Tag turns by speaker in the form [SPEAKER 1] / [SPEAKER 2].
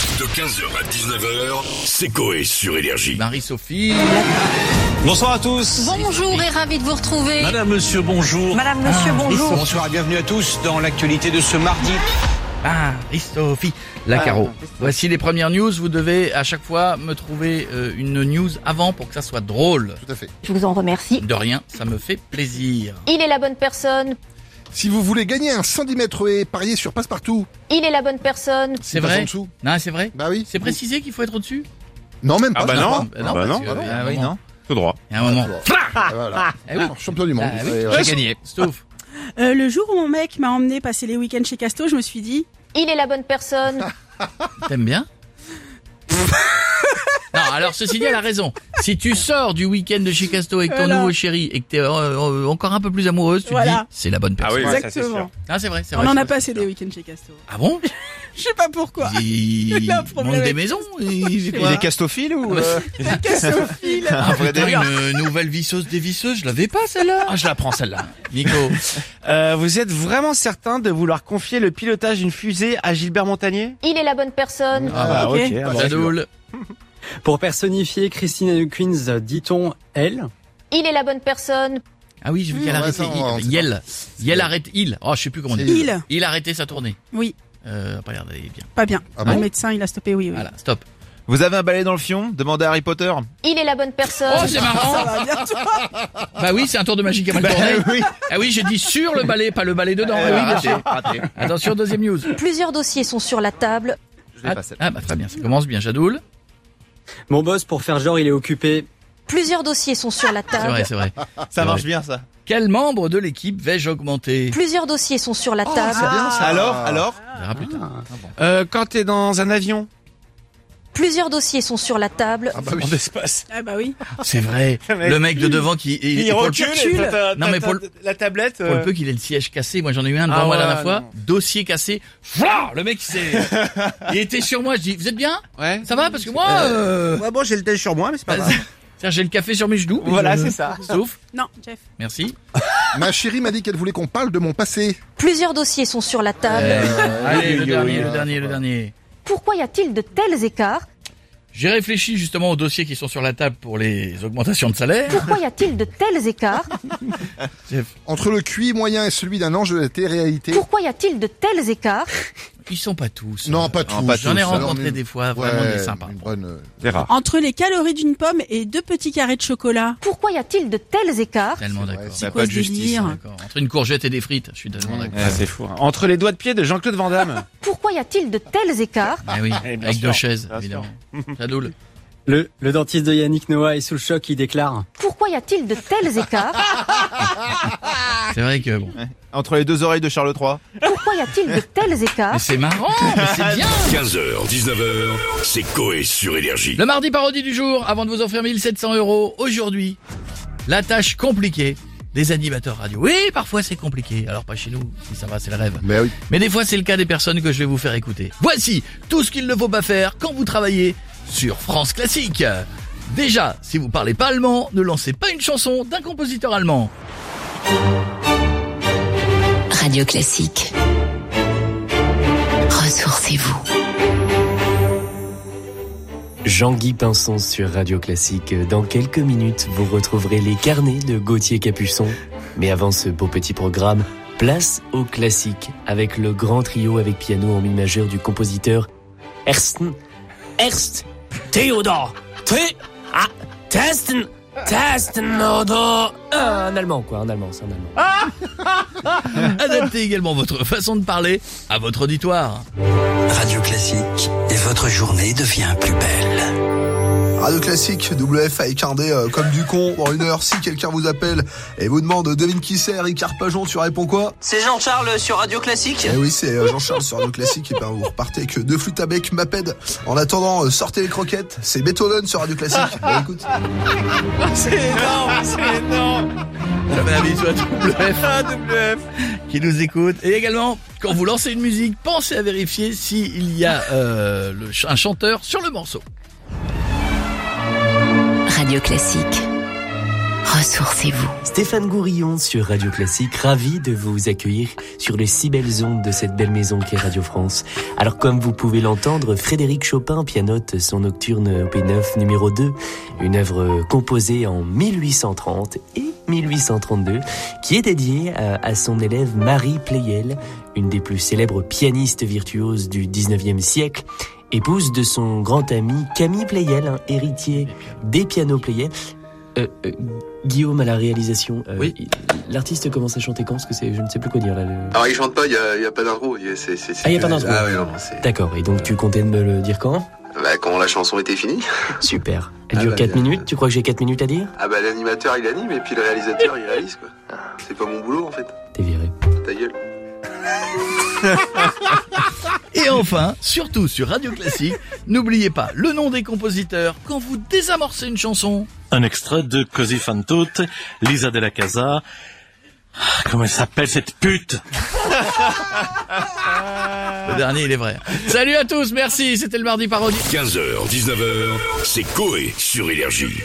[SPEAKER 1] 15h à 19h, c'est Coé sur Énergie.
[SPEAKER 2] Marie-Sophie.
[SPEAKER 3] Bonsoir à tous.
[SPEAKER 4] Bonjour et ravi de vous retrouver.
[SPEAKER 3] Madame, monsieur, bonjour.
[SPEAKER 5] Madame, monsieur, bonjour.
[SPEAKER 3] Bonsoir et bienvenue à tous dans l'actualité de ce mardi.
[SPEAKER 2] Marie-Sophie Lacaro.
[SPEAKER 6] Ah,
[SPEAKER 2] Voici les premières news. Vous devez à chaque fois me trouver euh, une news avant pour que ça soit drôle.
[SPEAKER 4] Je vous en remercie.
[SPEAKER 2] De rien, ça me fait plaisir.
[SPEAKER 4] Il est la bonne personne.
[SPEAKER 7] Si vous voulez gagner un 110 mètres et parier sur Passepartout,
[SPEAKER 4] Il est la bonne personne.
[SPEAKER 2] C'est
[SPEAKER 7] passe en
[SPEAKER 2] vrai
[SPEAKER 7] dessous.
[SPEAKER 2] Non, c'est vrai
[SPEAKER 7] Bah oui.
[SPEAKER 2] C'est précisé qu'il faut être au-dessus
[SPEAKER 7] Non, même pas.
[SPEAKER 3] bah
[SPEAKER 7] je crois
[SPEAKER 3] non.
[SPEAKER 7] pas.
[SPEAKER 2] Euh,
[SPEAKER 1] Ah bah
[SPEAKER 2] parce
[SPEAKER 1] non,
[SPEAKER 2] que,
[SPEAKER 7] ah non,
[SPEAKER 2] euh, il
[SPEAKER 3] oui,
[SPEAKER 2] y a un moment-
[SPEAKER 3] non. Tout droit.
[SPEAKER 2] Il y a un moment.
[SPEAKER 7] Ah, voilà.
[SPEAKER 2] Eh oui.
[SPEAKER 7] Champion du monde.
[SPEAKER 2] Ah oui,
[SPEAKER 7] Ouais, ouais.
[SPEAKER 2] J'ai gagné. Stouff.
[SPEAKER 6] Euh, le jour où mon mec m'a emmené passer les week-ends chez Casto, je me suis dit,
[SPEAKER 4] Il est la bonne personne.
[SPEAKER 2] T'aimes bien Non, alors ceci dit, elle a raison. Si tu sors du week-end de chez Casto avec ton
[SPEAKER 6] Voilà.
[SPEAKER 2] nouveau chéri et que t'es euh, euh, encore un peu plus amoureuse, tu te
[SPEAKER 6] Voilà.
[SPEAKER 2] dis c'est la bonne personne.
[SPEAKER 3] oui, ça, c'est
[SPEAKER 6] exactement.
[SPEAKER 2] Ah, c'est vrai, c'est
[SPEAKER 6] On
[SPEAKER 2] vrai.
[SPEAKER 6] en
[SPEAKER 2] c'est
[SPEAKER 6] a
[SPEAKER 2] vrai.
[SPEAKER 6] passé des week-ends chez Casto.
[SPEAKER 2] Ah bon
[SPEAKER 6] Je sais pas pourquoi.
[SPEAKER 2] Il,
[SPEAKER 6] Il a un problème
[SPEAKER 2] manque des
[SPEAKER 6] avec
[SPEAKER 2] maisons. Il, c'est quoi
[SPEAKER 3] castophile ou euh
[SPEAKER 6] Castophile.
[SPEAKER 2] Ah, putain, une nouvelle visseuse des visseuses, je l'avais pas celle-là. Ah, je la prends celle-là. Nico,
[SPEAKER 3] Euh, Vous êtes vraiment certain de vouloir confier le pilotage d'une fusée à Gilbert Montagnier
[SPEAKER 4] Il est la bonne personne.
[SPEAKER 3] Ah,
[SPEAKER 6] ok.
[SPEAKER 3] ah, bah,
[SPEAKER 2] Jadoul,
[SPEAKER 8] Pour personnifier Christine Hawkins, dit-on elle
[SPEAKER 4] Il est la bonne personne.
[SPEAKER 2] Ah oui, j'ai vu
[SPEAKER 7] Mmh.
[SPEAKER 2] qu'elle
[SPEAKER 7] Ouais,
[SPEAKER 2] arrêtait.
[SPEAKER 7] ça, on- on sait
[SPEAKER 2] Il- Yel. Yel arrête. Il. Oh, je sais plus comment on dit.
[SPEAKER 6] Il.
[SPEAKER 2] Il a arrêté sa tournée.
[SPEAKER 6] Oui,
[SPEAKER 2] Euh, pas l'air d'aller bien.
[SPEAKER 6] pas bien.
[SPEAKER 7] Ah bon
[SPEAKER 6] le médecin, il a stoppé, oui, oui.
[SPEAKER 2] Voilà, stop.
[SPEAKER 6] Oh,
[SPEAKER 9] Vous avez un balai dans le fion Demandez à Harry Potter.
[SPEAKER 4] Il est la bonne
[SPEAKER 2] Oh,
[SPEAKER 4] personne.
[SPEAKER 2] c'est marrant.
[SPEAKER 6] Ça va bien, toi
[SPEAKER 2] Bah oui, c'est un tour de magie qui a mal tourné. Ah oui, j'ai dit sur le balai, pas le balai dedans. Ah oui, raté. Attention, deuxième news.
[SPEAKER 4] Plusieurs dossiers sont sur la table.
[SPEAKER 9] l'ai
[SPEAKER 2] Ah,
[SPEAKER 9] pas, celle-là.
[SPEAKER 2] ah, bah très bien, ça commence bien. Jadoul,
[SPEAKER 8] Mon boss, pour faire genre, il est occupé.
[SPEAKER 4] Plusieurs dossiers sont sur la
[SPEAKER 2] c'est vrai,
[SPEAKER 4] table.
[SPEAKER 2] c'est vrai.
[SPEAKER 3] Ah,
[SPEAKER 9] Ça
[SPEAKER 2] marche
[SPEAKER 9] marche bien ça.
[SPEAKER 2] Quel membre de l'équipe vais-je augmenter
[SPEAKER 4] Plusieurs dossiers sont sur la table.
[SPEAKER 7] bien
[SPEAKER 3] Ah.
[SPEAKER 7] ça.
[SPEAKER 9] Alors, alors
[SPEAKER 2] On verra plus tard.
[SPEAKER 3] Euh, quand t'es dans un avion,
[SPEAKER 4] Plusieurs dossiers sont sur la table.
[SPEAKER 7] Ah bah oui.
[SPEAKER 3] en espace,
[SPEAKER 6] Ah bah oui.
[SPEAKER 2] C'est vrai.
[SPEAKER 3] Le mec-
[SPEAKER 2] Le mec de devant qui il,
[SPEAKER 3] il,
[SPEAKER 2] et pour le-
[SPEAKER 3] recule.
[SPEAKER 6] recule.
[SPEAKER 3] et t'as-
[SPEAKER 2] Non, mais
[SPEAKER 3] t'as-
[SPEAKER 2] pour le-
[SPEAKER 3] t'as- la tablette.
[SPEAKER 2] Pour le
[SPEAKER 3] euh,
[SPEAKER 2] peu qu'il ait le siège cassé, moi j'en ai eu un devant
[SPEAKER 3] Ah
[SPEAKER 2] moi la
[SPEAKER 3] ouais,
[SPEAKER 2] dernière fois,
[SPEAKER 3] non.
[SPEAKER 2] dossier cassé, Fouah le mec c'est, il était sur moi, je dis vous êtes bien
[SPEAKER 3] Ouais.
[SPEAKER 2] Ça va Parce que moi, euh...
[SPEAKER 3] Ouais, bon, j'ai le tel sur moi, mais c'est pas
[SPEAKER 2] bah,
[SPEAKER 3] grave.
[SPEAKER 2] c'est-à-dire, j'ai le café sur mes genoux. mais
[SPEAKER 3] Voilà,
[SPEAKER 2] je-
[SPEAKER 3] c'est ça.
[SPEAKER 2] Sauf,
[SPEAKER 6] Non, Jeff.
[SPEAKER 2] merci.
[SPEAKER 7] Ma chérie m'a dit qu'elle voulait qu'on parle de mon passé.
[SPEAKER 4] Plusieurs dossiers sont sur la table.
[SPEAKER 2] Allez, le
[SPEAKER 7] oui,
[SPEAKER 2] dernier,
[SPEAKER 7] oui,
[SPEAKER 2] le
[SPEAKER 7] oui.
[SPEAKER 2] dernier, le dernier.
[SPEAKER 4] Pourquoi y a-t-il de tels écarts
[SPEAKER 2] J'ai réfléchi justement aux dossiers qui sont sur la table pour les augmentations de salaire.
[SPEAKER 4] Pourquoi y a-t-il de tels écarts
[SPEAKER 7] Entre le QI moyen et celui d'un ange de la télé-réalité.
[SPEAKER 4] Pourquoi y a-t-il de tels écarts
[SPEAKER 2] Ils sont pas tous.
[SPEAKER 7] Non, pas tous.
[SPEAKER 9] pas
[SPEAKER 2] J'en ai
[SPEAKER 7] tous, alors,
[SPEAKER 2] rencontré
[SPEAKER 7] mais-
[SPEAKER 2] des fois,
[SPEAKER 7] Ouais,
[SPEAKER 2] vraiment des sympas.
[SPEAKER 7] une bonne, euh,
[SPEAKER 6] Entre les calories d'une pomme et deux petits carrés de chocolat.
[SPEAKER 4] Pourquoi y a-t-il de tels écarts
[SPEAKER 2] Tellement
[SPEAKER 7] C'est vrai,
[SPEAKER 2] d'accord.
[SPEAKER 6] C'est
[SPEAKER 9] Bah,
[SPEAKER 6] quoi
[SPEAKER 9] pas
[SPEAKER 6] ce
[SPEAKER 9] de justice,
[SPEAKER 6] délire
[SPEAKER 2] D'accord. Entre une courgette et des frites, je suis tellement d'accord.
[SPEAKER 3] Ouais, c'est fou. hein. Entre les doigts de pied de Jean-Claude Van Damme.
[SPEAKER 4] Pourquoi y a-t-il de tels écarts
[SPEAKER 2] Ah oui,
[SPEAKER 3] Eh
[SPEAKER 2] avec
[SPEAKER 3] bien
[SPEAKER 2] deux
[SPEAKER 3] sûr,
[SPEAKER 2] chaises,
[SPEAKER 3] bien
[SPEAKER 2] évidemment. Jadoul.
[SPEAKER 8] Le, le dentiste de Yannick Noah est sous le choc, il déclare.
[SPEAKER 4] Pourquoi y a-t-il de tels écarts
[SPEAKER 3] Ah.
[SPEAKER 2] C'est vrai que bon.
[SPEAKER 9] Entre les deux oreilles de Charles III.
[SPEAKER 4] Pourquoi y a-t-il de tels
[SPEAKER 2] Mais
[SPEAKER 4] écarts
[SPEAKER 2] c'est marrant, mais c'est bien.
[SPEAKER 1] 15h, 19h, c'est Coé sur Énergie.
[SPEAKER 2] Le mardi parodie du jour, avant de vous offrir 1700 euros, aujourd'hui, la tâche compliquée des animateurs radio. Oui, parfois c'est compliqué. Alors pas chez nous, si ça va, c'est le rêve.
[SPEAKER 7] Mais oui.
[SPEAKER 2] Mais des fois c'est le cas des personnes que je vais vous faire écouter. Voici tout ce qu'il ne faut pas faire quand vous travaillez sur France Classique. Déjà, si vous parlez pas allemand, ne lancez pas une chanson d'un compositeur allemand.
[SPEAKER 10] Radio Classique. Ressourcez-vous.
[SPEAKER 8] Jean-Guy Pinson sur Radio Classique. Dans quelques minutes, vous retrouverez les carnets de Gauthier Capuçon. Mais avant ce beau petit programme, place au classique avec le grand trio avec piano en mi majeur du compositeur Ersten, Erst, Theodor, Thé, ah, Testen, Testen, Un allemand, quoi, un allemand, c'est un allemand.
[SPEAKER 2] Adaptez également votre façon de parler à votre auditoire.
[SPEAKER 11] Radio Classique, et votre journée devient plus belle.
[SPEAKER 9] Radio classique, WF avec un D euh, comme du con. En une heure, si quelqu'un vous appelle et vous demande devine qui c'est, Ricard Pajon, tu réponds quoi
[SPEAKER 11] C'est Jean-Charles euh, sur Radio Classique
[SPEAKER 9] Eh oui, c'est euh, Jean-Charles sur Radio Classique. Et ben, vous repartez avec deux flûtes à bec, Maped. En attendant, euh, sortez les croquettes. C'est Beethoven sur Radio Classique. Bon, écoute.
[SPEAKER 2] Ça fait un bisou à WF. Qui nous écoute. Et également, quand vous lancez une musique, pensez à vérifier s'il y a euh, le ch- un chanteur sur le morceau.
[SPEAKER 10] Radio Classique. ressourcez-vous.
[SPEAKER 8] Stéphane Gourillon sur Radio Classique, ravi de vous accueillir sur les si belles ondes de cette belle maison qu'est Radio France. Alors comme vous pouvez l'entendre, Frédéric Chopin pianote son nocturne op 9 numéro 2, une œuvre composée en 1830 et 1832 qui est dédiée à, à son élève Marie Pleyel, une des plus célèbres pianistes virtuoses du 19e siècle épouse de son grand ami Camille Pleyel, un héritier des pianos Pleyel. Euh, euh, Guillaume à la réalisation. euh,
[SPEAKER 2] Oui.
[SPEAKER 8] il- L'artiste commence à chanter quand Parce que c'est, je ne sais plus quoi dire là. le-
[SPEAKER 9] Alors, il chante pas, il y a, il y a pas d'intro. il y a- Oh, c'est- c'est- c'est-
[SPEAKER 8] Ah, il y a pas d'intro.
[SPEAKER 9] Ah, oui, non, c'est.
[SPEAKER 8] D'accord. Et donc tu comptais me le dire quand
[SPEAKER 9] Bah, quand la chanson était finie,
[SPEAKER 8] Super. Elle
[SPEAKER 9] Ah
[SPEAKER 8] dure
[SPEAKER 9] bah,
[SPEAKER 8] 4
[SPEAKER 9] bien.
[SPEAKER 8] minutes. Tu crois que j'ai 4 minutes à dire
[SPEAKER 9] ah bah, l'animateur il anime et puis le réalisateur il réalise quoi. Ah, C'est pas mon boulot en fait.
[SPEAKER 8] T'es viré.
[SPEAKER 9] Ta gueule.
[SPEAKER 2] Et enfin, surtout sur Radio Classique, n'oubliez pas le nom des compositeurs quand vous désamorcez une chanson.
[SPEAKER 5] Un extrait de Così fan tutte, Lisa de la Casa. Ah, Comment elle s'appelle cette pute
[SPEAKER 2] Le dernier, il est vrai. Salut à tous, merci, c'était le mardi parodie.
[SPEAKER 1] 15h, 19h, c'est Coé sur Énergie.